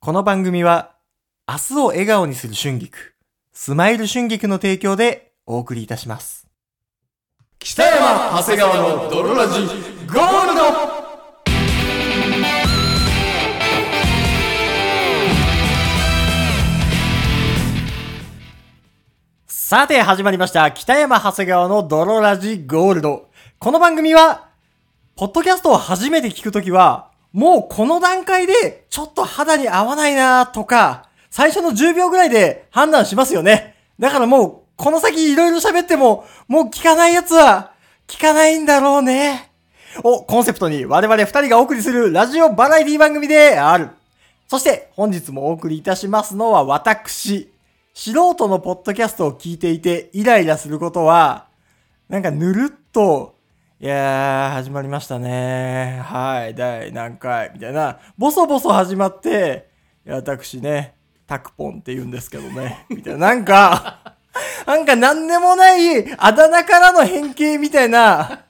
この番組は、明日を笑顔にする春菊、スマイル春菊の提供でお送りいたします。北山長谷川の泥ラジゴールドさて、始まりました。北山長谷川の泥ラジゴールド。この番組は、ポッドキャストを初めて聞くときは、もうこの段階で、ちょっと肌に合わないなとか、最初の10秒ぐらいで判断しますよね。だからもう、この先いろいろ喋っても、もう聞かないやつは、聞かないんだろうね。をコンセプトに我々二人がお送りするラジオバラエティ番組である。そして本日もお送りいたしますのは私。素人のポッドキャストを聞いていてイライラすることは、なんかぬるっと、いやー、始まりましたね。はい、第何回、みたいな、ボソボソ始まって、いや、私ね、タクポンって言うんですけどね、みたいな、なんか、なんかなんでもない、あだ名からの変形みたいな、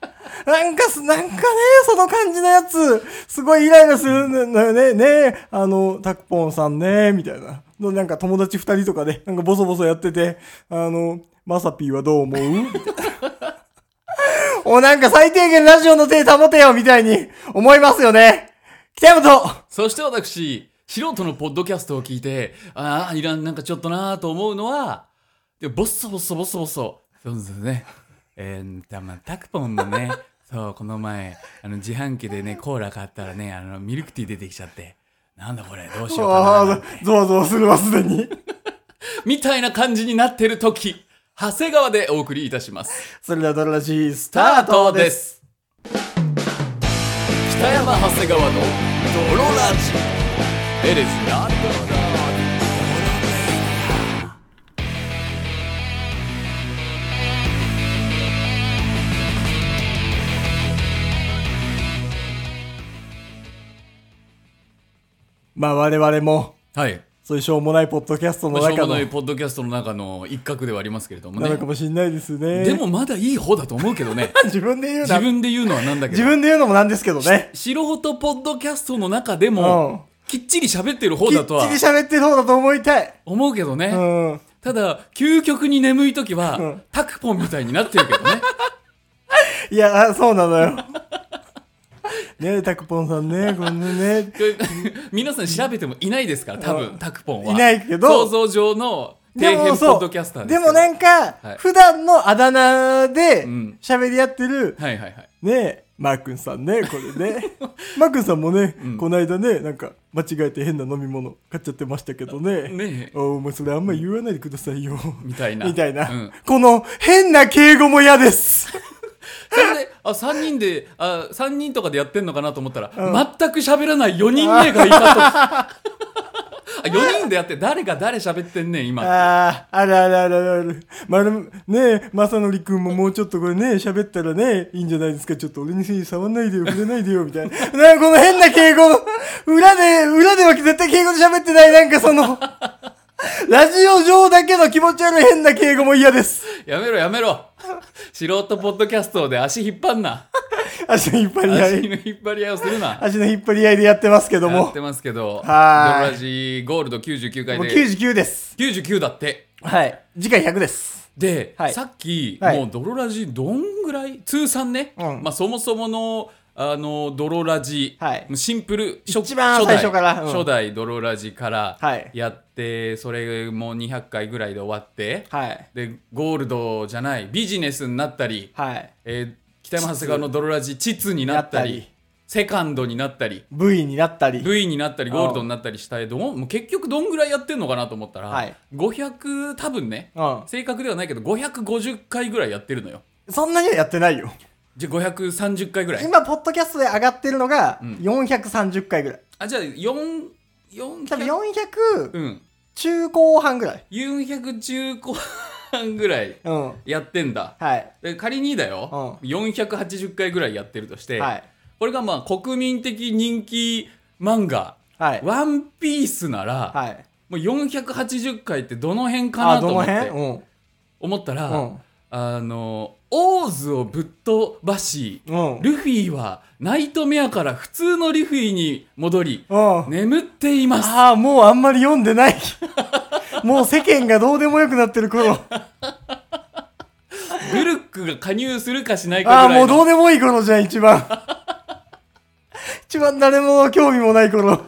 なんかす、なんかね、その感じのやつ、すごいイライラするんだよね、ねえ、あの、タクポンさんね、みたいな。のなんか友達二人とかで、なんかボソボソやってて、あの、まさぴーはどう 思うお、なんか最低限ラジオの手保てよみたいに思いますよね。北山と、そして私、素人のポッドキャストを聞いて、ああ、いらん、なんかちょっとなーと思うのは、でボッソボッソボッソボッソ。そうですね。えー、たま、タクポンのね、 そう、この前、あの、自販機でね、コーラ買ったらね、あの、ミルクティー出てきちゃって、なんだこれ、どうしようかなあ。あ、ゾワゾワするわ、すでに。みたいな感じになってる時、長谷川でお送りいたします。それではドララジーススタータートトでです。す。北山長谷川の泥ラジ。It is not まあ我々も、はい。そういうしょうもないポッドキャストのまあ、しょ中うもの、ないポッドキャストの中の一角ではありますけれどもなねのか。もしんないですね。で、もまだいい方だと思うけどね。自分で言う 自な。分で言うのはなんだけ自ど。分で言うのもなんですけどね。素人ポッドキャストの中でうもん、きっちり喋ってる方きっちだりとは喋ってる方だと思いたい。思うけどね。うん。ただ、究極に眠い時は、んタクポンみたいになってるけど ね。いや、あそうなのよ。ねえ、タクポンさんね、ごめんね。これ皆さん調べてもいないですから、多分、タクポンは。いないけど想像上ので底も辺ポそッうドキャスターでですけもど。なんかはい、普段のあだ名でうん喋り合ってる、はいはいはい。ねえ、マー君さんね、これ ね。マー君さんもね、んこないだね、なんか間違えて変な飲み物買っちゃってましたけどね。ねえおお前それあんま言わないでくださいよ。みたいな。みたいな、うんこの変な敬語も嫌です。それで、あ、3人で、あ、三人とかでやってんのかなと思ったら、全く喋らない4人目がいたと。 あ、4人でやって、誰が誰喋ってんねん、今。ああ、あるあるあるある。まる、ねえ、まさのりくんももうちょっとこれね、喋ったらね、いいんじゃないですか。ちょっと俺に触んないでよ、触れないでよ、みたいな。なんかこの変な敬語、裏で、裏では絶対敬語で喋ってない、なんかそ の、ラジオ上だけの気持ち悪い変な敬語も嫌です。やめろ、やめろ。素人ポッドキャストで足引っ張んな。足の引っ張り合足い。の引っ張り合いをするな。足の引っ張り合いでやってますけどやもっ。てますけど、ドロはーいラジゴールド99回もうで、 99です。 99だって。はい。次回100です。で、はいさっき、はいもう泥ラジどんぐらい通算ね、うんまあ、そもそものあの泥ラジ、はいシンプル初一番最初からうん初代泥ラジからはいやって、それも200回ぐらいで終わって、はい。でゴールドじゃないビジネスになったり、はい。えー北山長谷川の泥ラジ膣になったりなったりセカンドになったり V になったり。 V になったりゴールドになったりしたいどもう結局どんぐらいやってんのかなと思ったら、はい500多分ね、うん。 正確ではないけど550回ぐらいやってるのよそんなにはやってないよ。じゃあ530回ぐらい今、ポッドキャストで上がってるのが、ん430回ぐらい。あじゃあ4 4多分う400ん中後半ぐらい。 400中後半ぐらいうん。やってんだはい。で仮にだよ、480回ぐらいやってるとして、はい。これがまあ国民的人気漫画は「い。ワンピースなら、はい。もう480回ってどの辺かあ、なとど思のって辺うん。思ったら、うん。あのオーズをぶっ飛ばしうん。ルフィはナイトメアから普通のルフィに戻りうん。眠っていますああ、もうあんまり読んでない。 もう世間がどうでもよくなってる 頃。グルックが加入するかしないあかあ、もぐらいうのどうでもいい頃じゃん、一番。 一番誰も興味もない頃。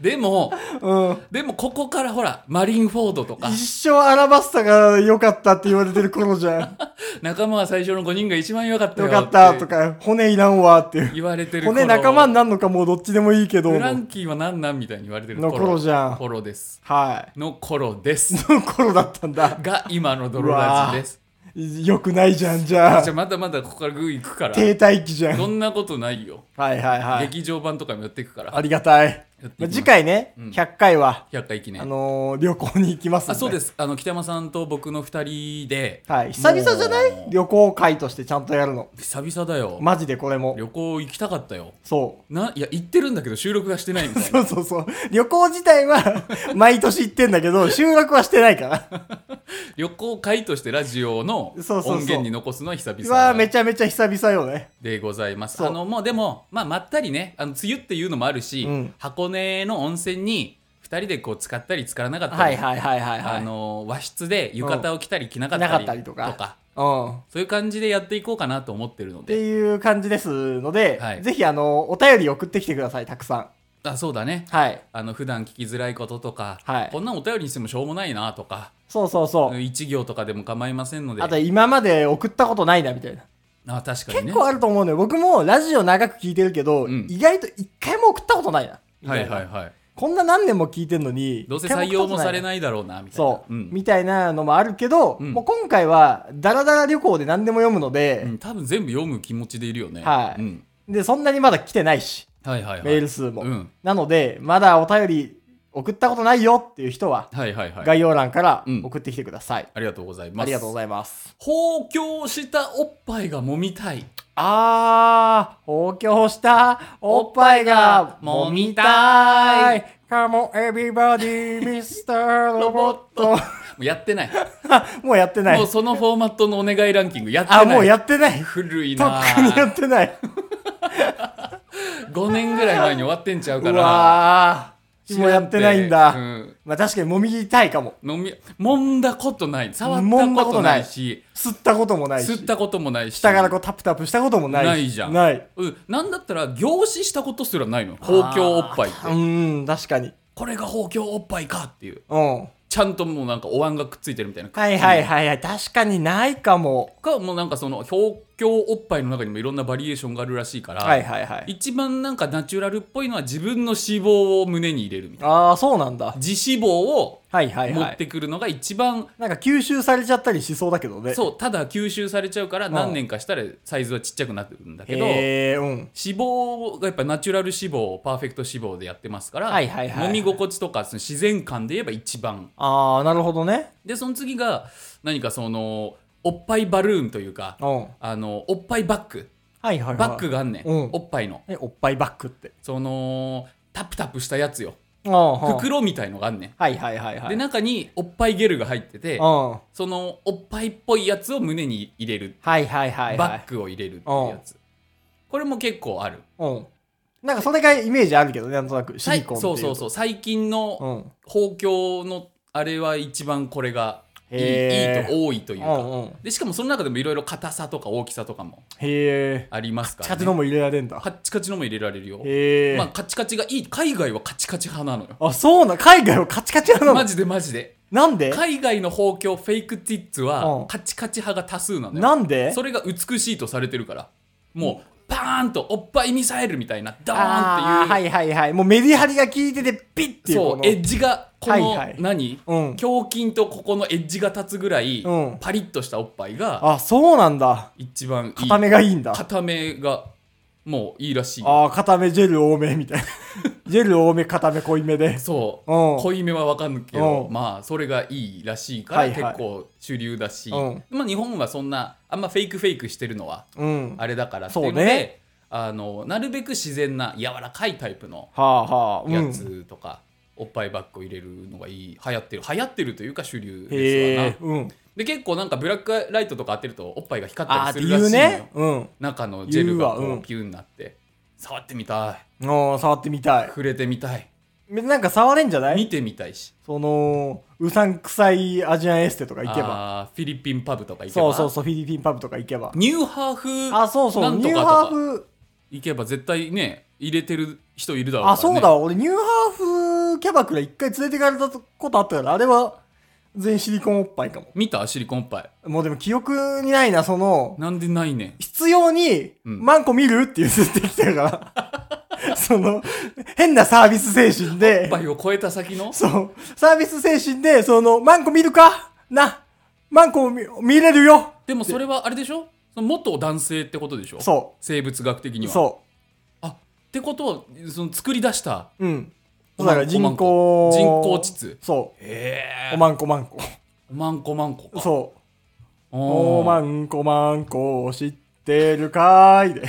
でもうん。でもここからほらマリンフォードとか一生アラバスタが良かったって言われてる頃じゃん。仲間は最初の5人が一番良かったよよかったてとか、骨いらんわっていう。言われてる骨仲間にのなんのかもうどっちでもいいけど。フラのンキーは何なんみたいに言われてる頃じゃん。頃ですはの頃です い。の頃だったんだ。が今のドロラジです良くないじゃん、じゃあじゃ。あまだまだここからグー行くから停滞期じゃん。どんなことないよはいはいはい。劇場版とかもやっていくからありがたい。やってまあ、いきます次回ね、うん100回は、 100回記念あのー旅行に行きますんで。。あそうですすあの北山さんと僕の2人ではい。久々じゃなもいう旅行会としてちゃんとやるの。久々だよマジでこれも。旅行行きたかったよそないや行ってるんだけど収録がしてないみたう。いな そうそうそう。旅行自体は、 毎年行ってんだけど、収録はしてないから。旅行会としてラジオのそうそうそう音源に残すのは久は、め々ちゃめちゃ久々よね。でございます。そうあのもうでも、まあ、まったりねあの梅雨っていうのもあるし、うん箱根の温泉に2人でこう使ったり使わなかったり、はいはいはいはいはい。あの和室で浴衣を着たり着なかっ着なたかっり,、たりととかかうん。っそういう感じでやっていこうかなと思ってるのてでいう感じですので、はいぜひあの、お便り送ってきてください、たくさん。あそうだねはい。あの普段聞きづらいこととか、はいこんなお便りにしてもしょうもないなとかそうそうそう。 1行とかでも構いませんのであと、今まで送ったことないな、みたいな。あ確かにね結構あると思うのよ。僕もラジオ長く聞いてるけど、うん意外と一回も送ったことないな。みたはいいなはいはいこんな何年も聞いてんのに、どうせ採用もされい。ないだろうなみたいなそう、んみたいなのもあるけど、うんもう今回はダラダラ旅行で何でも読むのうで、ん、多分全部読む気持ちでいるよね。はいうん、で、そんなにまだ来てないし、はいはいはい。メール数も。うん。なので、まだお便り送ったことないよっていう人は、はいはいはい。概要欄からうん送ってきてください。ありがとうございます。ありがとうごいざいます。ます。包協したおっぱいが揉みたい。あー、放狂したおっぱいが揉みたい。 Come on everybody, Mr. ロボット。もうやってない。 もうやってないもう。そのフォーマットのお願いランキングやってない。あ、もうやってない。古いとなっくにやってない。 5年ぐらい前に終わってんちゃううかな。わー。知らんもうやってないんだ。うんまあ確かにもみたいかも。飲み、揉んだことない。触揉んっだこたこととなないいし、吸ったこともないし。吸ったこともないし。下からこうタプタプしたこともないし。ないじゃんない。うん。なんだったら、凝視したことすらないの。包協おっぱいってう。ーん、確かに。これが包協おっぱいかっていう。うん。ちゃんともうなんかお椀がくっついてるみたいな。はいはいはいはい。確かにないかも。かもうなんかその表境おっぱいの中にもいろんなバリエーションがあるらしいから、はいはいはい。一番なんかナチュラルっぽいのは自分の脂肪を胸に入れるみたいなあー、そうなんだ。自脂肪をはいはい持はっい。てくるのが一番、なんか吸収されちゃったりしそうだけどね。うそうただ吸収されちゃうからん何年かしたらサイズはちっちゃくなってくるんだけど脂へー、うん。肪がやっぱナチュラル脂肪パーフェクト脂肪でやってますから、はいはいはい飲み心地とかその自然感で言えば一番あー、なるほどね。でその次が何かそのおっぱいバルーンというかうん。はいあのおっぱいバッグはいはい。バッグがあんねん、うんおっぱいのえ、おっぱいバッグって。そのタプタプしたやつようんうん袋みたいのがあんねん、はいはいはいはい。で中におっぱいゲルが入っててうん。そのおっぱいっぽいやつを胸に入れる、はいはいはいはい。バッグを入れるっていうやつこれも結構あるうん。なんかそれがイメージあるけどね、なんとなく。シさいリコンっていそううそうそうう最近と。のうん。包協のあれは一番これがいいいいへーと多いというか、うんうん。でしかもその中でもいろいろ硬さとか大きさとかもへえ。ありますかチカら、ね、チのも入れられんだ。カッチカチのも入れられるよ、へえ。まあ、カチカチがいい海外はカチカチ派なのよあ、そうな、海外はカチカチなのマジでマジでなんで海外の包協フェイクティッツうんはカチカチ派が多数なのよなんでそれが美しいとされてるからもうパーンとおっぱいミサイルみたいなドーンあーってはいいはいはい。もうメディハリが効いてて、ピッていうう。こそうのエッジがこのはいはい何うん。胸筋とここのエッジが立つぐらいうんパリッとしたおっぱいがあ、そうなんだ。一番いい固めがいいんだ。固めがもういいらしいああ、固めジェル多めみたい な。ジェル多め、固め、濃いめで。そううん濃いめは分かんないけどうんまあそれがいいらしいかはらいはい結構主流だしうんまあ日本はそんなあんまフェイクフェイクしてるのはうん。はあれだからってそうねいうのであのなるべく自然な柔らかいタイプのあはあ。うやん。つとかおっぱいバッグを入れるのがいい流行ってる流行ってるというか主流へですわなえ。うん。で結構なんかブラックライトとか当てるとおっぱいが光ったあーっりてすいるらしいのうよ、ね。うん。中のジェルがこ言うわうんうピューになって、触ってみたいおー触ってみたい。触れてみたいなんか触れんじゃない見てみたいしその、うさんくさいアジアンエステとか行けば。あーフィリピンパブとか行けそばうそうそう、フィリピンパブとか行けば。ニューハーフあ、そうそなう、んニとューかとハーかフ、行けば絶対ね入れてる人いるだろうから、ね、あ、そうだわ、俺ニューハーフキャバクラ一回連れてかれたことあったから、あれは全シリコンおっぱいかも。見たシリコンパイもうでも記憶にないな、その、なんでないねん必要に、うんマンコ見るって言ってきたから、 その、変なサービス精神おっで、ぱいを超えた先のそう、サービス精神で、その、マンコ見るかな、マンコを見見れるよでもそれはあれでしょその元男性ってことでしょそ生物学的にはそあってことはその作り出したう、うん。おだまかんこら人まん口こ、人工秩そへう、おえまんこまんこ。おまんこまんこかそう。おおーまんこまんこを知ってるかーい で、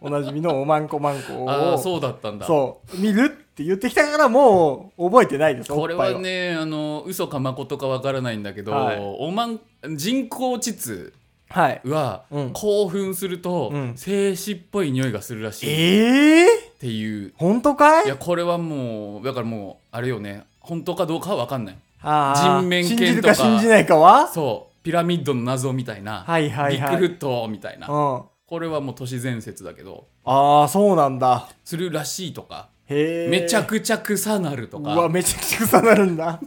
おなじみのおまんこまんこあを、あそうだったんだそう見るって言ってきたからもう覚えてないです、これおっはぱいねあの嘘かまことかわからないんだけど、はいおまん人工膣は。はい。は、うん興奮すると、うん精子っぽい匂いがするらしいっええていうー、本当かいいやこれはもうだからもうあれよね本当かどうかは分かんないあー人面犬信じるかとか信じないかはそうピラミッドの謎みたいな、はいはいはい。うビッん。グフットみたいな、あこれはもう都市伝説だけどあー、そうなんだ。するらしいとか、へえ。めちゃくちゃ臭なるとうわ、かめちゃくちゃ臭なるんだ。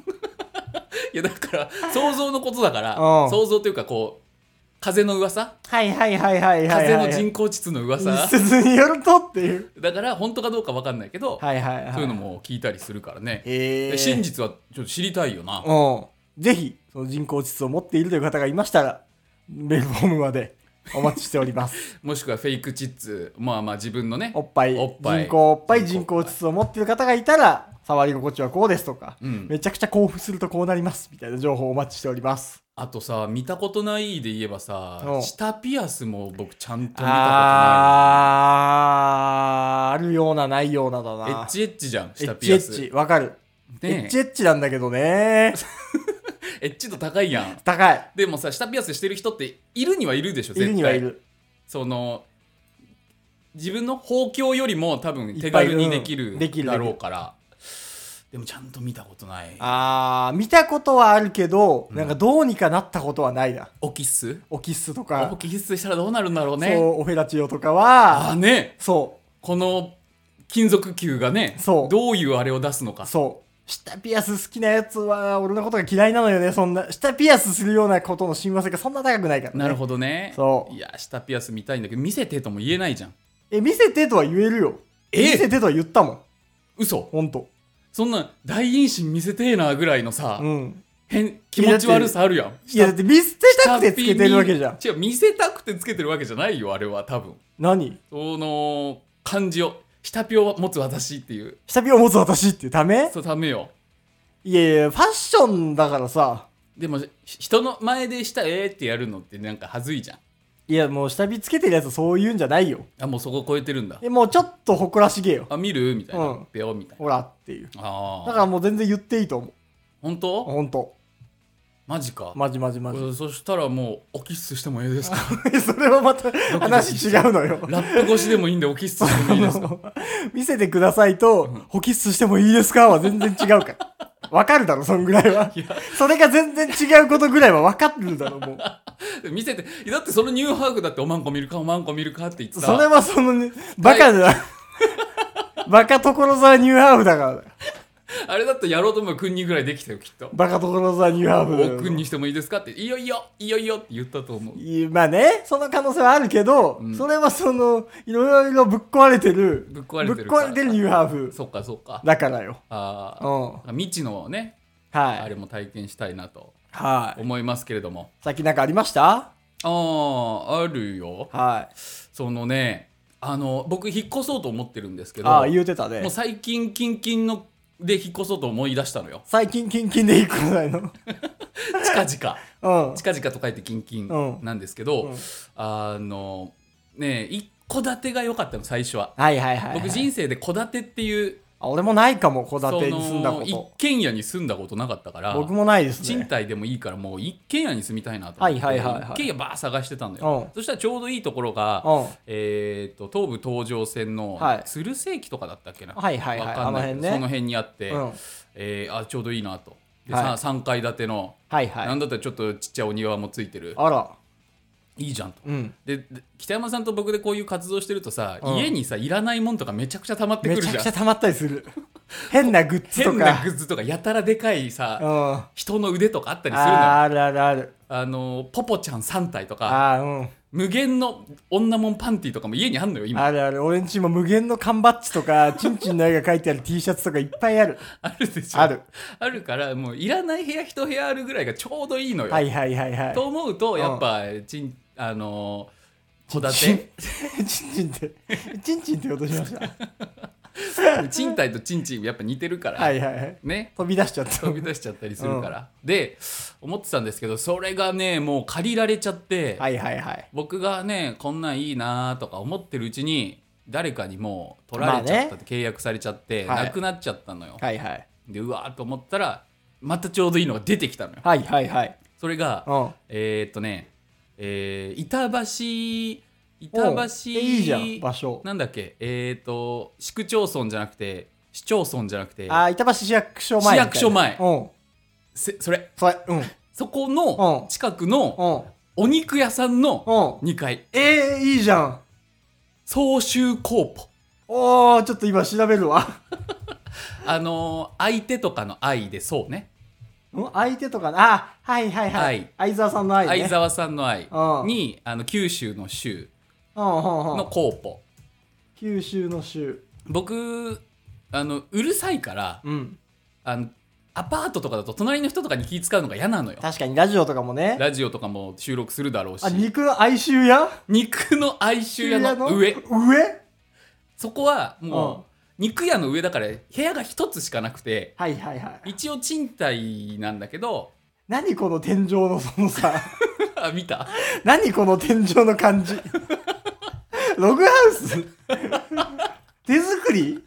いやだから想像のことだから うん想像というかこう風の噂はいはいはいはいはい、はい。風の人工膣の噂一説によるとっていう。だから本当かどうか分かんないけど、はいはいはい。そういうのも聞いたりするからね、へえ。真実はちょっと知りたいよな、うん。ぜひ、その人工知識を持っているという方がいましたら、メールフォームまでお待ちしており ます。もしくはフェイクチッツまあまあ自分のねおっぱい、おっぱい人工おっぱい、人人工お工っぱい知識を持っている方がいたら、触り心地はこうですとか、うんめちゃくちゃ興奮するとこうなります、みたいな情報をお待ちしております。あとさ見たことないで言えばさうん舌ピアスも僕ちゃんと見たことなあー、あるような、ないようなだいエッな。チエッチじゃんエ舌ッピチエアスッチ、わかる。エねッチエッチなんだけど ね。エッチと高いやん高い。でもさ舌ピアスしてる人っているにはいるでしょい絶対るにはいる。その自分の包協よりも多分い手っぱいい軽るにできるうんできるだろうからでもちゃんと見たことないあー、見たことはあるけど、んなんかどうにかなったことはないな。オキスオキッスとかオ。キスしたらどうなるんだろうねそう、オフェラチオとかあは、あねそこの金属球がねそうどういうあれを出すのかう、そう。舌ピアス好きなやつは、俺のことが嫌いなのよね、そんな。舌ピアスするようなことの親和性がそんな高くないから、ね。なるほどね。そういや、下ピアス見たいんだけど、見せてとも言えないじゃん。え、見せてとは言えるよ。え見せてとは言ったもん。嘘ほんと。そんな、大陰唇見せてえなぐらいのさ、うん。変、気持ち悪さあるやん。いや、だって見せたくてつけてるわけじゃん。下ピ見違う、見せたくてつけてるわけじゃないよ、あれは、多分。何その、漢字を、下ピを持つ私っていう、舌ピアを持つ私っていうためそう、ためよ。いやいや、ファッションだからさ。でも、ひ人の前で下、えーってやるのってなんか恥ずいじゃん。いや、もう下着つけてるやつはそう言うんじゃないよ。あ、もうそこ超えてるんだ。え、もうちょっと誇らしげよ。あ、見るみたいなうん。べよ、みたいな。ほらっていう。あだあ。からもう全然言っていいと思う。本当ほんと。マジか。マジマジマジ。うんそしたらもう、おキスしてもええですか それはまたドキ話違うのよ。 ラップ越しでもいいんでおキスしてもいいですか見せてくださいと、ホキスしてもいいですかは全然違うから。 わかるだろ、そんぐらいは。それが全然違うことぐらいはわかってるだ ろ、もう。見せてだってそのニューハーフだっておまんこ見るかおまんこ見るかって言ってたそれはそのね、バカだ。 バカ所沢ニューハーフだからだ。あれだってやろうと思えば君にぐらいできたよきっとバカ所沢ニューハーおフだよ君にしてもいいですかっていいよいいよいいよいいよって言ったと思ういやまあね、その可能性はあるけど、うんそれはその、いろいろぶっ壊れてる、ぶっ壊れてるぶっ壊れてるニューハーフそっかそっかだからよ。あうあん。未知のねあはい。れも体験したいなとはい。思いますけれどもさっきなんかありましたあああるよはい。そのねあの僕引っ越そうと思ってるんですけどああ、も言うてたねう。最近キンキンので引っ越そうと思い出した のよ最近キンキンで行くないの。近々 うん。近々と書いてキンキンなんですけど、うんうんあのねえ一戸建てが良かったの最初は、はいはいはいはい。僕人生で戸建てっていうあ俺もないかも、戸そ建てに住んだこの一と。軒家に住んだことなかったから僕もないです賃ね。貸でもいいからもう一軒家に住みたいなと思って、はいはいはいはい一軒家ばー探してたんだうよ、んそしたらちょうどいいところが、うん。えー、と東武東上線のはい鶴瀬駅とかだったっけな、はいはいはいわかんないけどあの辺ねその辺にあって、うん。えーあちょうどいいなとで、はいさ3階建ての、はいは。ないんだったらちょっとちっちゃいお庭もついてるあら。いいじゃんとうん。でで北山さんと僕でこういう活動してるとさ、うん家にさいらないもんとかめちゃくちゃ溜まってめくるちゃじくゃんちゃ溜まったりする。 変なグッズと変なか。グッズとかやたらでかいさ、うん。あ人の腕とかあったりするのよーあるあるある。あのポポちゃん3体とかあー無限の女もんパンティとかも家にあんのようん。今あるある。俺んちも無限の缶バッジとか、 チンチンの絵が描いてある T シャツとかいっぱいある。あるでしょある。あるからもういらない部屋一部屋あるぐらいがちょうどいいのよ、はいはいはいはい。と思うとうんやっぱ、ちんあの戸ち建ん ちんちんって、ちんちんって音しました。 て賃貸と賃賃やっぱ似てるから、はいはいはい。ね飛び出しちゃった飛。び出しちゃったりするから、で思ってたんですけどそれがねもう借りられちゃって、はいはいはい。僕がねこんなんいいなとか思ってるうちに誰かにもう取られちゃったまあって契約されちゃって、はいなくなっちゃったのよ、はいはい。でうわーと思ったらまたちょうどいいのが出てきたのよはいはいはい。それが、うん。えーっとね、えー板橋お板う橋えいいじゃん、場所。なんだっけえーっと市区町村じゃなくて市町村じゃなくてあー、板橋市役所前みたいな。市役所前うん。せそれそれ、うん。うん。そこのうん近くのうお肉屋さんのん。 2階えー、いいじゃん。総集コーポおー、ちょっと今調べるわ。 あのー相手とかの愛でそうねうん相手とかな、あ、はいはいはい。相沢さんの愛ね。相沢さんの愛うんにあの九州の州うんうんうのん。コーポ九州の州。僕あのうるさいからうん。あのアパートとかだと隣の人とかに気使うのが嫌なのよ確かにラジオとかもね。ラジオとかも収録するだろうしあ、肉の哀愁や肉の哀愁屋の上上そこはもう肉屋の上だから部屋が一つしかなくてはいはいはい。一応賃貸なんだけど 何この天井のそのさ。あ見た何この天井の感じログハウス手作り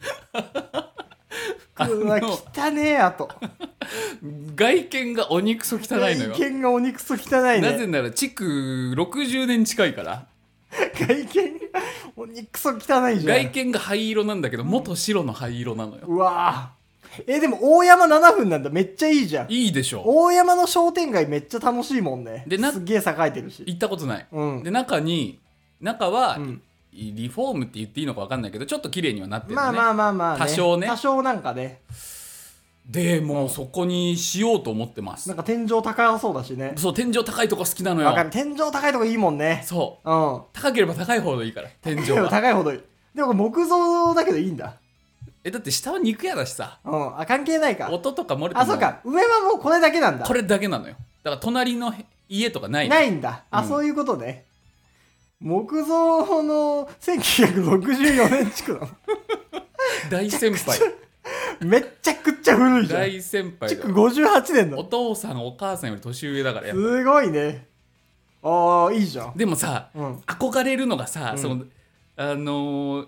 あのうわ汚ねえあと外見がお肉そ汚いのよ外見がお肉そ汚いねなぜなら築60年近いから外見お肉そ汚いじゃ外ん見が灰色なんだけど元白の灰色なのようわぁえでも大山7分なんだめっちゃいいじゃんいいでしょ大山の商店街めっちゃ楽しいもんねでなすげえ栄えてるし行ったことないうんで中に中はうんリフォームって言っていいのか分かんないけどちょっと綺麗にはなってるまのねあまあまあまあ、ね、多少ね多少なんかねでもうそこにしようと思ってますなんか天井高そうだしねそう天井高いとこ好きなのわかるよ天井高いとこいいもんねそううん高ければ高いほどいい から天井でもが高いほどいいでも木造だけどいいんだえだって下は肉屋だしさうんあ関係ないか音とか漏れてもあそうか上はもうこれだけなんだこれだけなのよだから隣のへ家とかないのないんだあ、うんそういうことね木造の1964年地区な大先 輩の めっちゃくちゃ古いじゃん大先輩だ築よ58年だお父さんお母さんより年上だからやっぱすごいねああいいじゃんでもさうん憧れるのがさ、うんそのあのー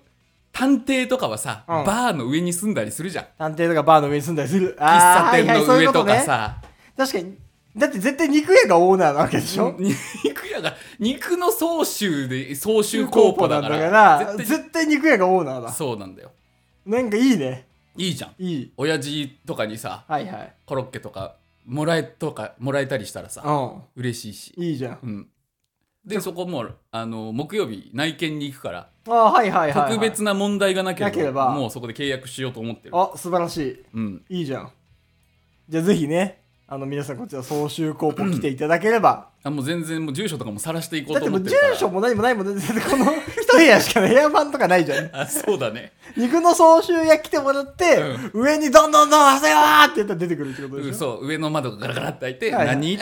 探偵とかはさ、うんバーの上に住んだりするじゃん探偵とかバーの上に住んだりする喫茶あー店はいはいそのういう上ことかねさ、確かにだって絶対肉屋がオーナーなわけでしょ、うん 肉屋が肉の総集で総集コーポだか中ら高なんだから絶対絶対肉屋がオーナーだそうなんだよなんかいいねいいじゃんいい親父とかにさはいはいコロッケとかもらえとかもらえたりしたらさう嬉しいしん。いいじゃん。うんでそこもうあの木曜日内見に行くからあはいはいはい、はい。特別な問題がなければなければもうそこで契約しようと思ってるあ、素晴らしうんい。いいじゃん。じゃあぜひね、あの皆さんこちら総集コーポ来ていただければ。あもう全然もう住所とかも晒していこうだっとても思っう住てるから所も何もないもんね。全然この一部屋しかね、エア版とかないじゃん。あそうだね、肉の総集屋来てもらって、上にどんどんどん、はせよーって言ったら出てくるってことうでん、しょ。そう上の窓がガラガラって開いて「はいはい 何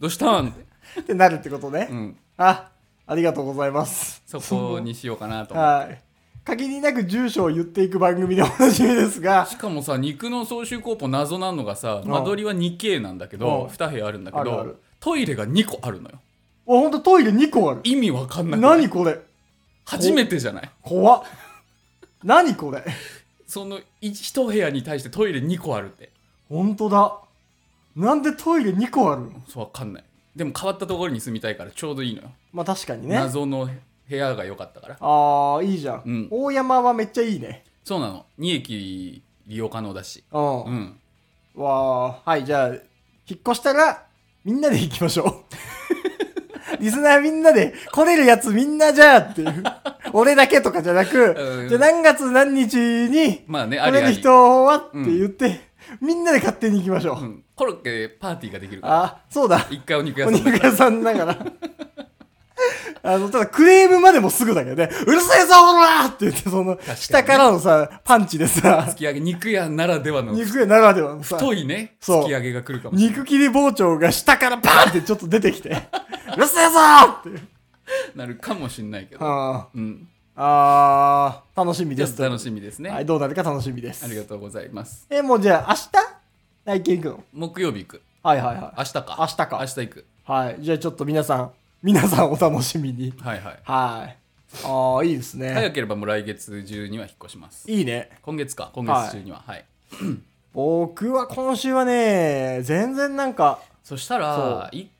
どうしたん?」って、ってなるってことね。うん、あ、ありがとうございます。そこにしようかなと思っ てはい。限りなく住所を言っていく番組でおなじみですが、しかもさ肉の総集コーポ謎なのがさ間取りは 2K なんだけうどん2部屋あるんだけあるあどるトイレが2個あるのよお、ほんとトイレ2個ある。意味わかんなくない何これ初めてじゃない怖っ。何これその一一部屋に対してトイレ2個あるって本当だ。なんでトイレ2個あるのそうわかんないでも変わったところに住みたいからちょうどいいのよ、まあ確かにね。あ謎の部屋が良かったからあー、いいじゃん,、うん大山はめっちゃいいね。そうなの2駅利用可能だしうん。うんわあ、はい、じゃあ、引っ越したら、みんなで行きましょう。 リスナーみんなで、来れるやつみんなじゃあっていう。俺だけとかじゃなうくん、じゃあ何月何日に、まあねあ来りれるあり、人はって言って、みんなで勝手に行きましょう。うん、コロッケパーティーができるからあ、そうだ。一回お肉お屋さん肉だから屋さんだから。 あの、ただクレームまでもすぐだけどね、うるせえぞ、ほらって言って、その、かにね下からのさ、パンチでさ突、き上げ肉屋ならではの肉屋ならではのさ、太いねそう突き上げが来るかもしれない肉切り包丁が下からバーンってちょっと出てき て、うるせえぞーって。なるかもしれないけど、あうん、ーあー、楽しみじでゃす。あ楽しみですね、はい、どうなるか楽しみです。ありがとうございますえ、もうじゃあ明日内見行くの木曜日行くはいはいは明日か明日か明日行くい。はい、じゃあちょっと皆さん、皆さんお楽しみに。はいはいはい。ああ、いいですね。早ければもう来月中には引っ越しますいいね。今月か今月中にははい、僕は今週はね、全然なんか、そしたら一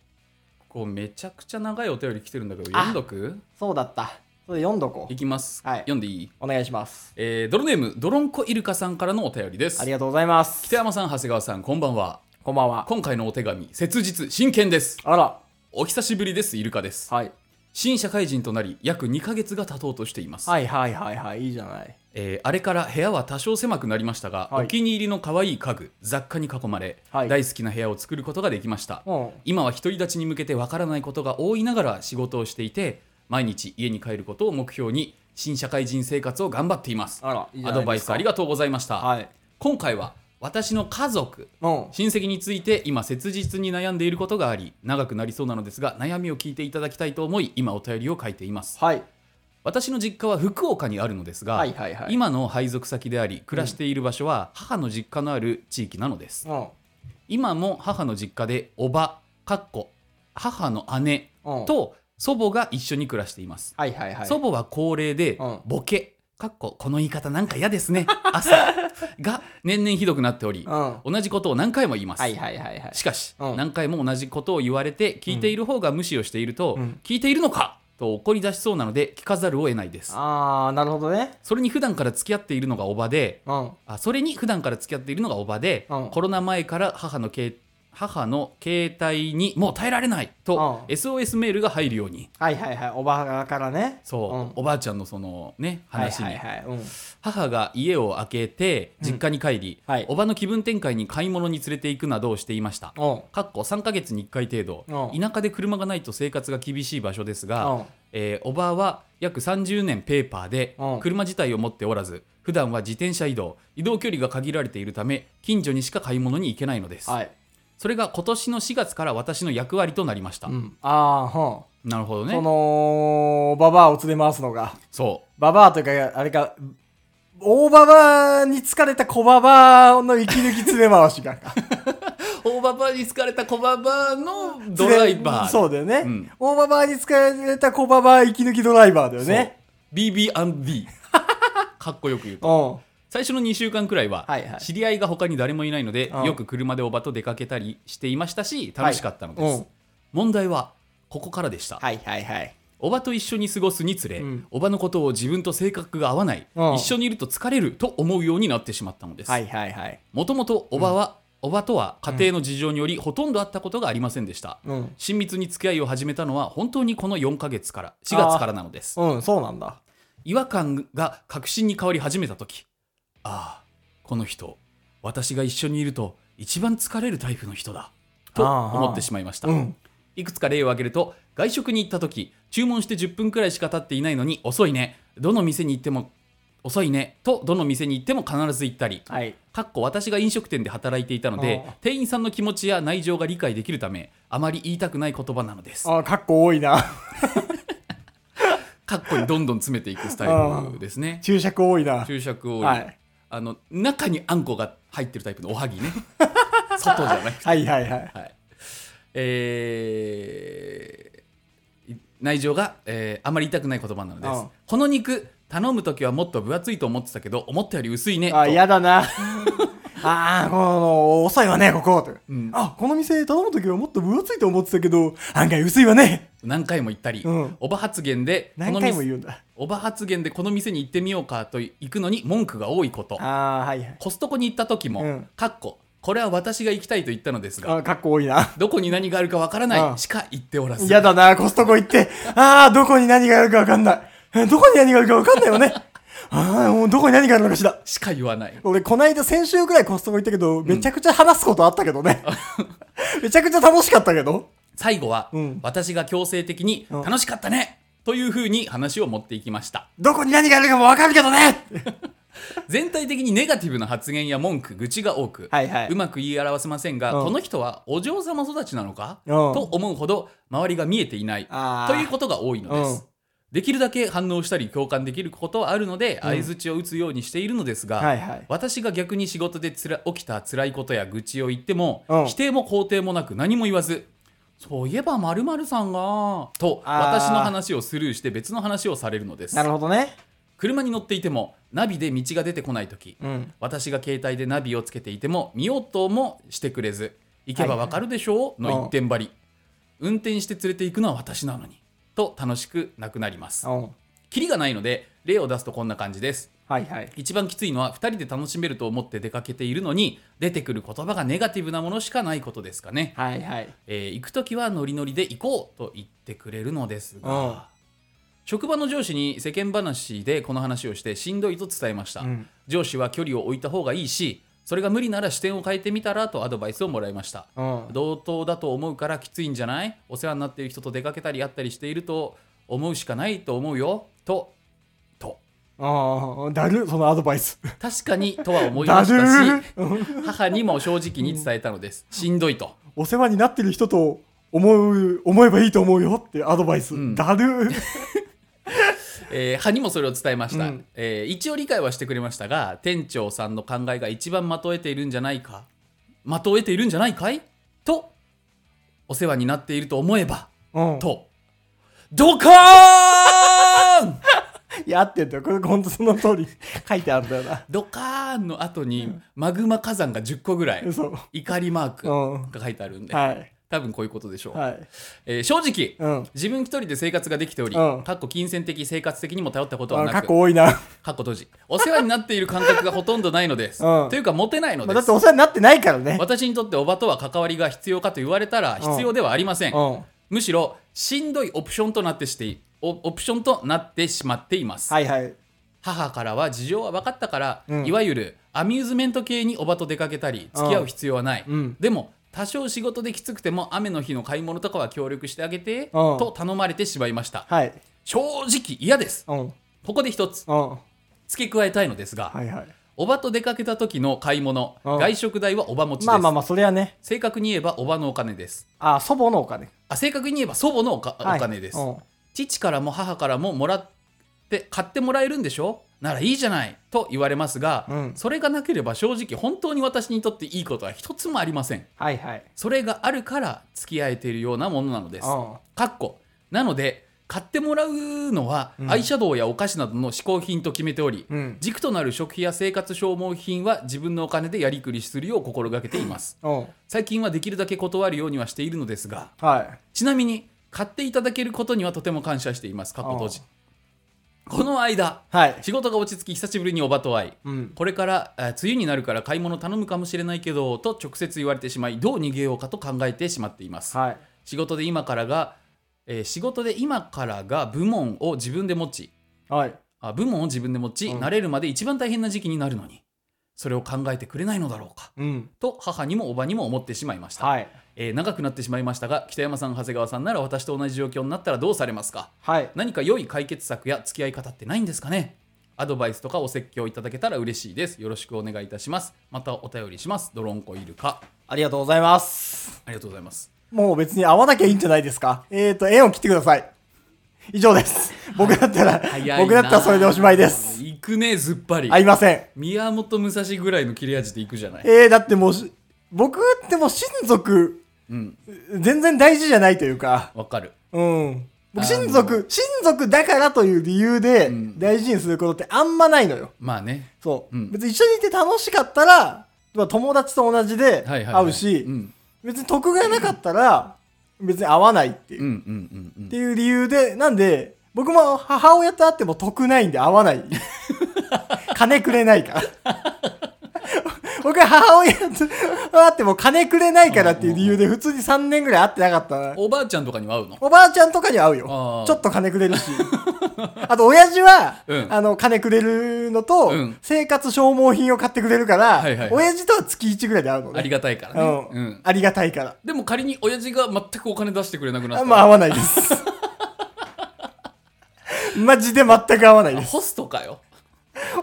個めちゃくちゃ長いお便り来てるんだけどあ読んどくそうだった。それ読んどこうい。きます、はい読んでいいお願いします。えー、ドロネームドロンコイルカさんからのお便りですありがとうございま北す。山さん長谷川さんこんばんはこんばんは。今回のお手紙切実真剣ですあら。お久しぶりですイルカですはい。新社会人となり約2ヶ月が経とうとしています、はいはいはいはい、いいじゃない。えーあれから部屋は多少狭くなりましたが、はいお気に入りの可愛い家具雑貨に囲まれ、はい大好きな部屋を作ることができました、うん。今は独り立ちに向けてわからないことが多いながら仕事をしていて毎日家に帰ることを目標に新社会人生活を頑張っていますあら、いいじゃアなドいバでイすかスありがとうございました、はい。今回は私の家族うん。親戚について今切実に悩んでいることがあり長くなりそうなのですが悩みを聞いていただきたいと思い今お便りを書いていますはい。私の実家は福岡にあるのですが、はいはいはい。今の配属先であり暮らしている場所は母の実家のある地域なのです、うん。今も母の実家でおばかっこ母の姉うん。、と祖母が一緒に暮らしています、はいはいはい。祖母は高齢でうんボケかっここの言い方なんか嫌です ね朝が年々ひどくなっておりうん。は同じことを何回も言います、いはいはいはい。しかし、うん何回も同じことを言われて聞いている方が無視をしていると、うん聞いているのかと怒り出しそうなので聞かざるを得ないですあー、なるほどね。それに普段から付き合っているのがおばでうん。あそれに普段から付き合っているのがおばで、うんコロナ前から母のけい母の携帯にもう耐えられないと、うん SOS メールが入るようにはいはいはい。おばあからね。そう、うんおばあちゃんのそのねはい話に、はいはい。うん。母が家を開けて実家に帰り、うんはいおばの気分転換に買い物に連れて行くなどをしていましたうん。かっこ3ヶ月に1回程度う田舎で車がないと生活が厳しい場所ですうが、ん。えーおばは約30年ペーパーでうん車自体を持っておらず普段は自転車移動移動距離が限られているため近所にしか買い物に行けないのです、はい。それが今年の4月から私の役割となりました、うん。あー、うん。なるほどねその、ババアを連れ回すのが。そババアというか、あれか、大ババアに疲れた小ババアの息抜き連れ回し が。う大ババに好かれた小ババのドライバーそうだよね。うん大ババアに疲れた小ババア息抜きドライバーだよね。そう BB&D かっこよく言うとうん。最初の2週間くらいははいはい知り合いが他に誰もいないので、うんよく車でおばと出かけたりしていましたし楽しかったのです、はいうん問題はここからでした、はいはいはい。おばと一緒に過ごすにつれ、うんおばのことを自分と性格が合わない、うん一緒にいると疲れると思うようになってしまったのですはいはいはい。もともとおばは、おばとは家庭の事情によりほとんど会ったことがありませんでした、うん。親密に付き合いを始めたのは本当にこの4ヶ月から4月からなのですうん、そうなんだ。違和感が確信に変わり始めた時ああこの人私が一緒にいると一番疲れるタイプの人だとああ思ってしまいました、うん。いくつか例を挙げると外食に行った時注文して10分くらいしか経っていないのに遅いねどの店に行っても遅いねとどの店に行っても必ず行ったりはい。かっこ私が飲食店で働いていたのでああ店員さんの気持ちや内情が理解できるためあまり言いたくない言葉なのですああ、かっこ多いな。 かっこにどんどん詰めていくスタイ ルですね注釈多いな。注釈を、はいあの中にあんこが入ってるタイプのお はぎね外じゃなくて、はいはいはい。はいえーい内情が、えーあまり痛くない言葉なのですうんこの肉頼む時はもっと分厚いと思ってたけど思ったより薄いねあ、と嫌だ な。ああ、この、遅いわね、ここ。とうんあ、この店頼むときはもっと分厚いと思ってたけど、案外薄いわね。何回も言ったり、うんおば発言でこ何の回も店言うんだ。おば発言でこの店に行ってみようかと行くのに文句が多いことああ、はいはい。コストコに行った時も、うんかっここれは私が行きたいと言ったのですがあ、かっこ多いな。どこに何があるかわからうなんいしか言っておらず嫌だな、コストコ行って。ああ、どこに何があるかわかんないえ。どこに何があるかわかんないよね。ああ、もうどこに何があるのかしら。しか言わない俺、こないだ先週くらいコストコ行ったけど、めちゃくちゃ話すことあったけどね。めちゃくちゃ楽しかったけど。最後は、うん私が強制的にうん楽しかったねというふうに話を持っていきま したどこに何があるかもわかるけどね。全体的にネガティブな発言や文句愚痴が多く、はいはいうまく言い表せませんが、うんこの人はお嬢様育ちなのか、うんと思うほど周りが見えていないあーということが多いのです、うんできるだけ反応したり共感できることはあるのでうん相づちを打つようにしているのですが、はいはい私が逆に仕事でつら起きた辛いことや愚痴を言っても、うん否定も肯定もなく何も言わずそういえば〇〇さんがとあー私の話をスルーして別の話をされるのですなるほどね。車に乗っていてもナビで道が出てこない時、うん。私が携帯でナビをつけていても見ようともしてくれず行けばわかるでしょうはいはいの一点張り、運転して連れて行くのは私なのにと楽しくなくなりますうん。キリがないので例を出すとこんな感じですはいはい。一番きついのは2人で楽しめると思って出かけているのに出てくる言葉がネガティブなものしかないことですかね、はいはい。えー行く時はノリノリで行こうと言ってくれるのですうんが職場の上司に世間話でこの話をしてしんどいと伝えました、うん上司は距離を置いた方がいいしそれが無理なら視点を変えてみたらとアドバイスをもらいましたうん。同等だと思うからきついんじゃないお世話になっている人と出かけたり会ったりしていると思うしかないと思うよととああ、だる、そのアドバイス。確かにとは思いだまるしたしー母にも正直に伝えたのですしんどいとお世話になってる人と思う、思えばいいと思うよっていうアドバイス。うんだるーえー歯にもそれを伝えましうた、んえー一応理解はしてくれましたが店長さんの考えが一番まとえているんじゃないかまとえているんじゃないかいとお世話になっていると思えばうん。とドカーンいや、合ってんだよ。これほんとその通り 書いてあるんだよ な。ドカーンの後にマグマ火山が10個ぐらいそう。怒りマうーん。クが書いてあるんではい。多分こういうことでしょう、はい。えー正直うん。自分一人で生活ができており、うんかっこ金銭的生活的にも頼ったことはあなく過去多いな。かっこ閉じお世話になっている感覚がほとんどないのです、 うんというかモテないのまあでだっす、てお世話になってないからね。私にとっておばとは関わりが必要かと言われたら必要ではありません、うん。むしろしんどいオプションとなってしていオオプションとなってしまっています、はいはい。母からは事情は分かったから、うんいわゆるアミューズメント系におばと出かけたり付き合う必要はない、うん。でも多少仕事できつくても雨の日の買い物とかは協力してあげて、と頼まれてしまいましたはい。正直嫌ですうん。うん。ここで一つは付け加えたいのですが、いはい。おばと出かけた時の買い物、うん外食代はおば持ちです、まあまあまあ、それはね。正確に言えばおばのお金ですあ、祖母のお金。あ正確に言えば祖母のおかはいお金です、うん。父からも母からももらって買ってもらえるんでしょならいいじゃないと言われますが、うんそれがなければ正直本当に私にとっていいことは一つもありませんはいはい。それがあるから付き合えているようなものなのですうん。かっこなので買ってもらうのはうんアイシャドウやお菓子などの嗜好品と決めており、うん。軸となる食費や生活消耗品は自分のお金でやりくりするよう心がけていますうん。最近はできるだけ断るようにはしているのですがはい。ちなみに買っていただけることにはとても感謝しています過去当時この間はい。仕事が落ち着き久しぶりにおばと会いうん。これからあ梅雨になるから買い物頼むかもしれないけどと直接言われてしまいどう逃げようかと考えてしまっていますはい。仕事で今からが、えー仕事で今からが部門を自分で持ちはい。あ部門を自分で持ち、うん慣れるまで一番大変な時期になるのにそれを考えてくれないのだろうかうん。と母にもおばにも思ってしまいました、はい。えー長くなってしまいましたが北山さん長谷川さんなら私と同じ状況になったらどうされますかはい。何か良い解決策や付き合い方ってないんですかねアドバイスとかお説教いただけたら嬉しいですよろしくお願いいたしますまたお便りしますドロンコイルカありがとうございます。ありがとうございますもう別に会わなきゃいいんじゃないですか。えーと、縁を切ってください。以上 です。僕だったら早いな、あ僕だったらそれでおしまいです。行くねずっぱり会いません。宮本武蔵ぐらいの切れ味で行くじゃないえー、だってもうし、僕ってもう親族、うん全然大事じゃないというか、わかるうん。僕、親族、親族だからという理由でうん大事にすることってあんまないのよ。まあね。そう。うん別に一緒にいて楽しかったら、まあ友達と同じではいはい、はい。会うし、うん。別に得がなかったら、別に会わないっていう。うんうっんうんうんて。いう理由で、なんで、僕も母親と会っても得ないんで会わ ない。金くれないから。僕は母親と会っても金くれないからっていう理由で普通に3年ぐらい会ってなかったな。おばあちゃんとかには会うのおばあちゃんとかには会うあよー。ちょっと金くれる し。あと、親父は、うんあの、金くれるのと、うん生活消耗品を買ってくれるから、はいはいはい親父とは月1ぐらいで会うのね。ありがたいからね。ううんん。ありがたいから。でも仮に親父が全くお金出してくれなくなったまあ、ら、合わない です。マジで全く合わないです。ホストかよ。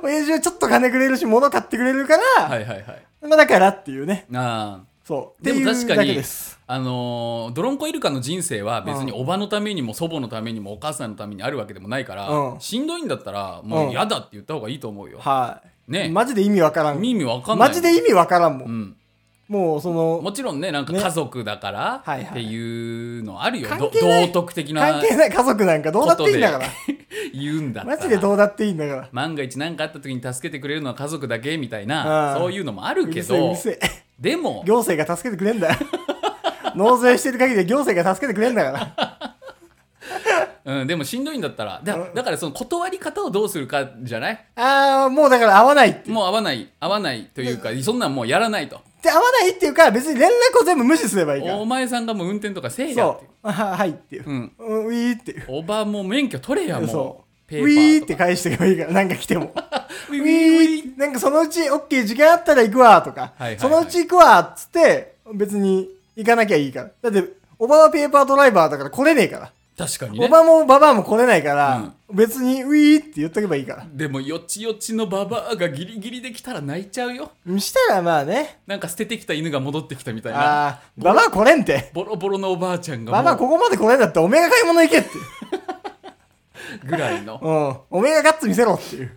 親父はちょっと金くれるし、物買ってくれるから、はいはいはい。まあだからっていうね。なあ。そう。でもってい確うかだけにです。、あのードロンコイルカの人生は別におばのためにも祖母のためにもお母さんのためにあるわけでもないから、うんしんどいんだったらもううん嫌だって言った方がいいと思うよ。はい。ねマジで意味わからん。意味わかんない。マジで意味わからんも。うんん、もう、その、もちろんねなんかね家族だからはいはいっていうのあるよ、関ど係ない道徳的な関係ない家族なんかどうだっていいんだから。言うんだったマらジでどうだっていいんだから。万が一何かあった時に助けてくれるのは家族だけみたいなうんそういうのもあるうけるせえうどるせえ。でも行政が助けてくれんだよ。納税してる限りは行政が助けてくれんだから。うん、でもしんどいんだったらだうんだからその断り方をどうするかじゃないああ、もうだから合わないっていうもう合わない合わないというかそんなんもうやらないとで合わないっていうか別に連絡を全部無視すればいいからお前さんがもう運転とかせえやっそてうあはいっていう、うんうん、ウィーっていうおばもう免許取れやもそううペーウパィーーっとかて返していけばいいからなんか来てもウィウーィーなんかそのうち OK 時間あったら行くわとか、はいはいはいそのうち行くわっつって別に行かなきゃいいからだっておばはペーパードライバーだから来れねえから、確かにおねばもババアも来れないから、別にウィーって言っとけばいいかでもよちよちのババアがギリギリできたら泣いちゃうよらしたらまあねなんか捨ててきた犬が戻ってきたみたいなああババア来れんてボロボロのおばあちゃんババがアもここまで来れんだっておめえが買い物行けってうぐらいのうんおめえがガッツ見せろっていう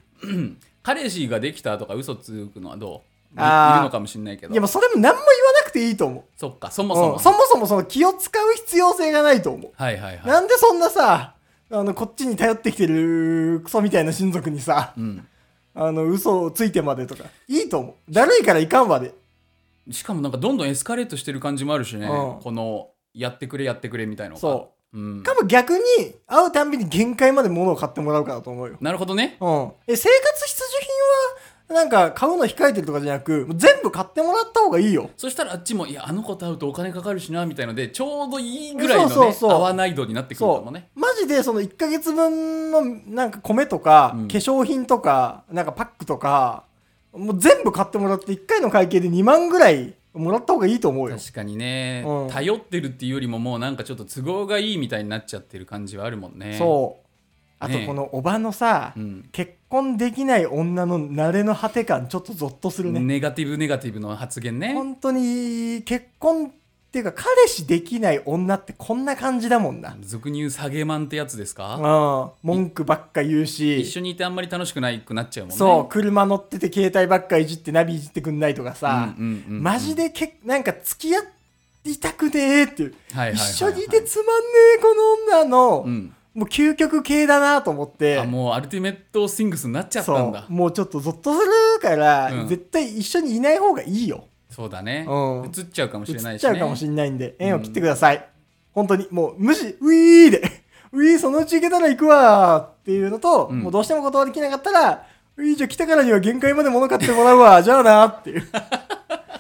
彼氏ができたとか嘘つくのはどういいあーるのかもしれないいけやどもうそれも何も言わなくていいと思う。そっかそもそもそそももそもその気を使う必要性がないと思う。はいはいはいなんでそんなさ、あの、こっちに頼ってきてるクソみたいな親族にさ、うんあの、嘘をついてまでとか、いいと思う。だるいからいかんまで。しかもなんかどんどんエスカレートしてる感じもあるしねうんこのやってくれやってくれみたいなのが、そううん、かも逆に、会うたんびに限界まで物を買ってもらうからと思うよ。なるほどねうん。え、生活必需品は、なんか買うの控えてるとかじゃなく、全部買ってもらった方がいいよ。そしたらあっちもいやあの子と会うとお金かかるしなみたいのでちょうどいいぐらいのねそうそうそう合わない度になってくるかもそねう。マジでその1ヶ月分のなんか米とか、うん化粧品とか、なんかパックとか、もう全部買ってもらって1回の会計で2万ぐらいもらった方がいいと思うよ。確かにね、うん頼ってるっていうよりももうなんかちょっと都合がいいみたいになっちゃってる感じはあるもんねそう。あとねえこのおばのさ、うん結婚できない女の慣れの果て感ちょっとゾッとするね。ネガティブネガティブの発言ね本当に結婚っていうか彼氏できない女ってこんな感じだもんな。俗に言う下げマンってやつですか、うん。文句ばっか言うし。一緒にいてあんまり楽しくないくなっちゃうもんねそう、車乗ってて携帯ばっかいじってナビいじってくんないとかさ、うんうんうんうんマジでけなんか付き合いたくねえっていう、はいはいはいはい一緒にいてつまんねえこの女の、うんもう究極系だなと思ってあもうアルティメットスイングスになっちゃったんだそうもうちょっとゾッとするから、うん絶対一緒にいない方がいいよそうだね、うん映っちゃうかもし映れないっし、ちね、ゃうかもしれないんで縁を切ってください、本当にもう無視ウィーで ウィーそのうち行けたら行くわーっていうのと、うんもうどうしても断りきれなかったらウィーじゃあ来たからには限界まで物買ってもらうわ じゃあなーっていう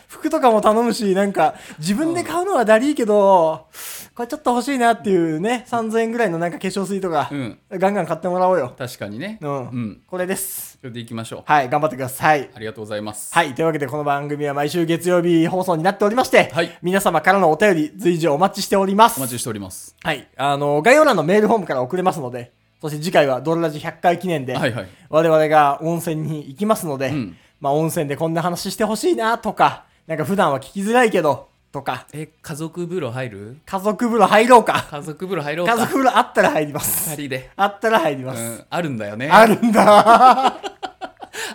服とかも頼むしなんか自分で買うのはだりーけど、これちょっと欲しいなっていうね3000円ぐらいのなんか化粧水とか、うんガンガン買ってもらおうよ、確かにねうんうん、これですそれでいきましょうはい頑張ってくださいありがとうございます。はい。というわけで、この番組は毎週月曜日放送になっておりまして、はい皆様からのお便り、随時お待ちしております。お待ちしております。はい。あの、概要欄のメールフォームから送れますので、そして次回はドロラジ100回記念で、はいはい。我々が温泉に行きますので、うんまあ、温泉でこんな話してほしいなとか、なんか普段は聞きづらいけど、とか、え、家族風呂入る家族風呂入ろうか。家族風呂入ろう家か。族風呂あったら入りま二す。人で。あったら入りうます。ん、あるんだよね。あるんだ。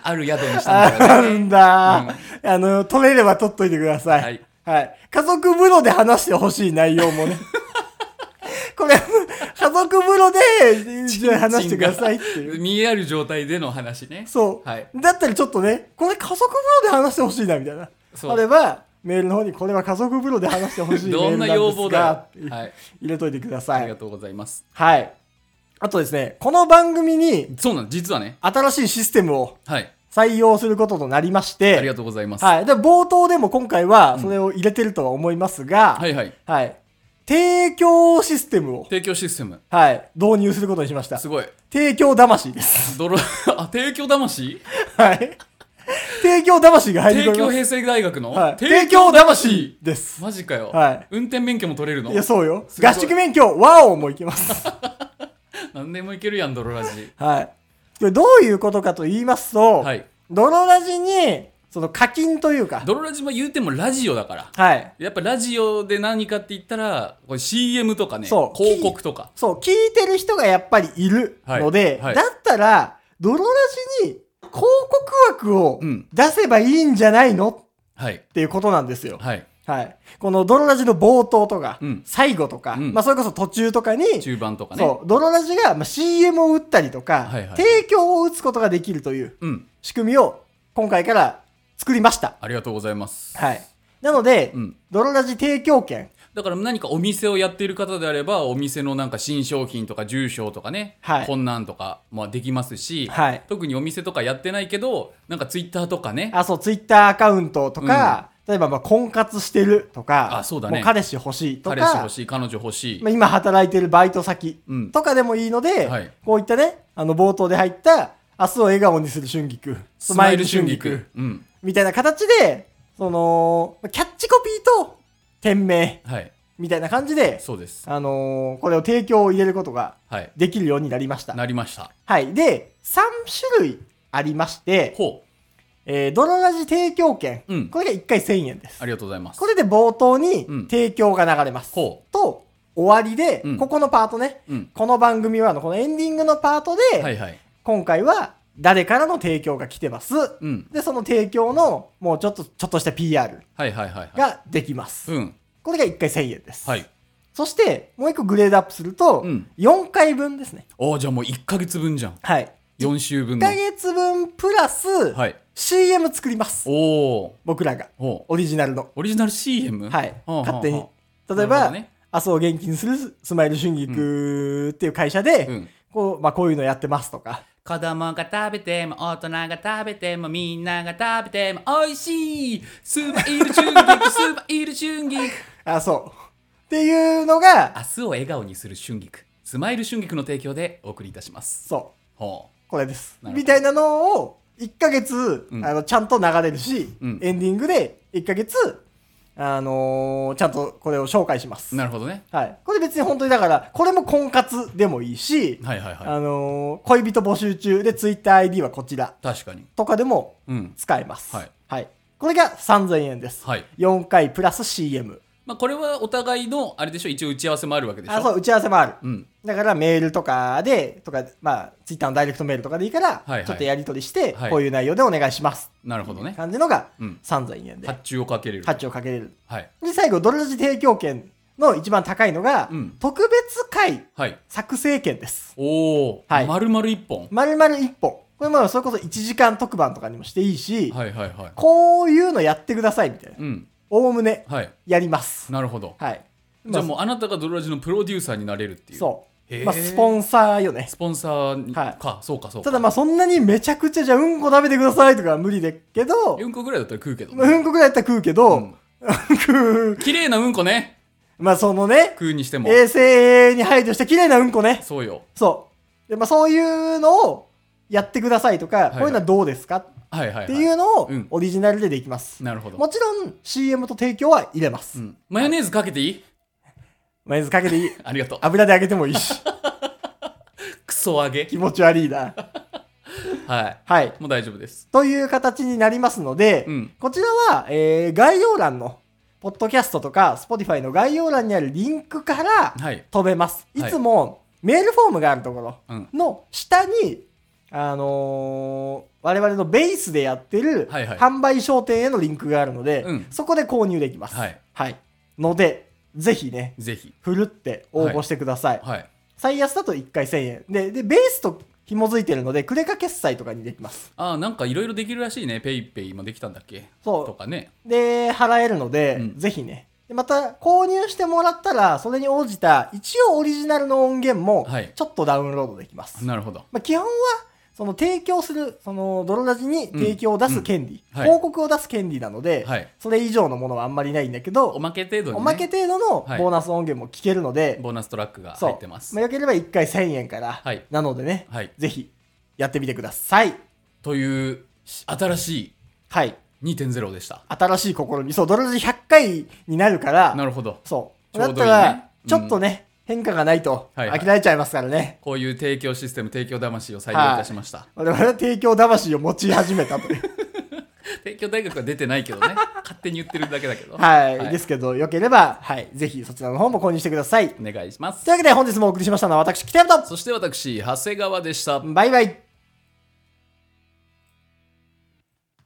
ある宿にしたんだよあね。るんだ、あの、取れれば取っといてください。はい。 家族風呂で話してほしい内容もね。これ、家族風呂で、じゃあ 話してくださいっていう。 見えある状態での話ね。そう。はいだったらちょっとね、これ家族風呂で話してほしいな、みたいな。そうあれば、メールの方にこれは家族風呂で話してほしいメどールんなでなんすが要望だっていうはい。入れといてくだあさりがい。とうございます。はい。あとですね、この番組にそうなの、実はね。新しいシステムをはい。採用することとなりまして、ありがとうございます。はい。で、冒頭でも今回はそれを入れてるとは思いますが、はいはい。はい。提供システムを、提供システム。はい、導入することにしましたす。ごい。提供魂です。 泥、 あ、提供魂はい。提供魂が入り込提み供ます。平成大学の、はい、提提供供魂魂です。マジかよ、はい運転免許も取れるのいや、そうよ。すごい合宿免許、ワオもいき ます。何でもいけるやん、泥ラジ。はい。これどういうことかと言いますと、はい。ドロラジに、その課金というか、泥ラジも言うてもラジオだから。はい。やっぱラジオで何かって言ったら、これ CM とかね、そう広告とか。そう、聞いてる人がやっぱりいるので、はいはいだったら、ドロラジに広告枠をうん出せばいいんじゃないのっはい。ていうことなんですよ。はい。はい。このドロラジの冒頭とか、うん最後とか、うんまあそれこそ途中とかに、中盤とかね。そう、ドロラジがまあ CM を打ったりとか、はいはい提供を打つことができるといううん。仕組みを今回から作りました。ありがとうございます。はい。なので、うんドロラジ提供権、だから何かお店をやっている方であれば、お店のなんか新商品とか住所とかね、はいこんなんとか、まあできますし、はい特にお店とかやってないけど、なんかツイッターとかね、あ、そう、ツイッターアカウントとか、例えばまあ婚活してるとか、あそうだねもう彼氏欲しいとか、彼氏欲しい、彼女欲しい。まあ、今働いてるバイト先うんとかでもいいので、はいこういったね、あの冒頭で入った、明日を笑顔にする春菊、スマイル春菊。うん。みたいな形で、その、キャッチコピーと、店名、はい。みたいな感じで、そうです。あのーこれを提供を入れることがはい。できるようになりました。なりました。はい。で、3種類ありまして、ほう。えー、ドロラジ提供券、うんこれが1回1000円ですあ。りがとうございますこ。れで冒頭にうん提供が流れます。ほと、終わりで、うんここのパートね、うんこの番組はあの、このエンディングのパートで、う。はいはい。今回は誰からの提供が来てます。うん。で、その提供の、もうちょっと、ちょっとした PR はいはいはいはい。ができます。うん。これが1回1000円です。はい。そして、もう1個グレードアップすると、うん4回分ですね。おーじゃあもう1ヶ月分じゃん。はい。 4週分1のヶ。月分プラス、はい。 CM 作ります。おー。僕らが。ほう。オリジナルの。オリジナル CM? はい。ほうほうほう勝手に。な例えるほどば、ね明日を元気にするスマイル春菊っていう会社で、うんこう、まあ、こういうのやってますとか。子供が食べても大人が食べてもみんなが食べても美味しいスマイル春菊スマイル春菊あ、そう。っていうのが、明日を笑顔にする春菊スマイル春菊の提供でお送りいたしますそう。ほこれです。なるほどみたいなのを、1ヶ月、うんあの、ちゃんと流れるし、うんエンディングで1ヶ月、あのーちゃんとこれを紹介します。うなるほどねはい。これ別に本当にだから、これも婚活でもいいし、はいはいはあのー恋人募集中で TwitterID はこちらい確かにとかでもうん使えます。はい。これが3000円です。はい4回プラス CM。まあこれはお互いのあれでしょ一応打ち合わせもあるわけでしょあ、そう、打ち合わせもある。うんだからメールとかで、とか、まあ、ツイッターのダイレクトメールとかでいいから、はいはいちょっとやり取りして、はいこういう内容でお願いします。なるほどね感じのがうん3000円で、発注をかけれる発注をかけれる。はいで、最後、ドルラジ提供券の一番高いのが、うん特別会はい作成券です。おお、はい丸々一本丸々1本。これもそれこそ1時間特番とかにもしていいし、はいはいはいこういうのやってくださいみたいな。うんおおむねはいやります。なるほどはい。じゃあもう、うあなたがドロラジのプロデューサーになれるっていうそう。へーまあ、スポンサーよね。スポンサーにはいか、そうかそうか。ただまあそんなにめちゃくちゃじゃあうんこ食べてくださいとかは無理だけど、うんこぐらいだったら食うけど、まあうんこぐらいやったら食うけど、うん食う。綺麗なうんこね、まあそのね、食うにしても。衛生に配慮した綺麗なうんこね。そうよ。そう。でまあそういうのをやってくださいとか、はいこういうのはどうですかっはいはい、はい。ていうのをうんオリジナルでできます。なるほども。ちろん CM と提供は入れます。うんマヨネーズかけていい マヨネーズかけていい。ありがとう。油で揚げてもいいし。クソ揚げ。気持ち悪いな。ははい。い。もう大丈夫です。という形になりますので、うんこちらは、えー概要欄の、ポッドキャストとか、Spotify の概要欄にあるリンクからはい。飛べます。いはいつも、メールフォームがあるとこうろんの下に、あのー我々のベースでやってる、はいはい販売商店へのリンクがあるので、うんそこで購入できます。はい。ので、ぜひね、ぜひ。ふるって応募してください。はい。最安だと1回1000円。で、で、ベースと紐づいてるので、クレカ決済とかにできます。ああ、なんかいろいろできるらしいね。ペイペイもできたんだっけそうとかね。で、払えるので、うんぜひね。でまた、購入してもらったら、それに応じた、一応オリジナルの音源もはい、ちょっとダウンロードできます。なるほど。まあ、基本は、その提供する、その、泥ラジに提供を出す権利、うんはい広告を出す権利なので、はいそれ以上のものはあんまりないんだけおど、まけ程度に、ね。おまけ程度のはいボーナス音源も聞けるので、ボーナストラックがそう入ってます。まあ、よければ1回1000円から、はいなのでね、はい。ぜひやってみてください。という、新しはい。い2.0でした。新しい試み。そう、ドルラジ100回になるから、なるほど。そう。ちょだうっどいたいねら、うんちょっとね、変化がないと、はいはい飽きられちゃいますからね。こういう提供システム、提供魂を採用いたしました。我々は提供魂を持ち始めた という。提供大学は出てないけ どね。勝手に言ってるだけだけど。はい、はいですけど、よければ、はい。ぜひそちらの方も購入してください。といお願いしますう。わけで本日もお送りしましたのは私、北山と、そして私、長谷川でした。バイバイ。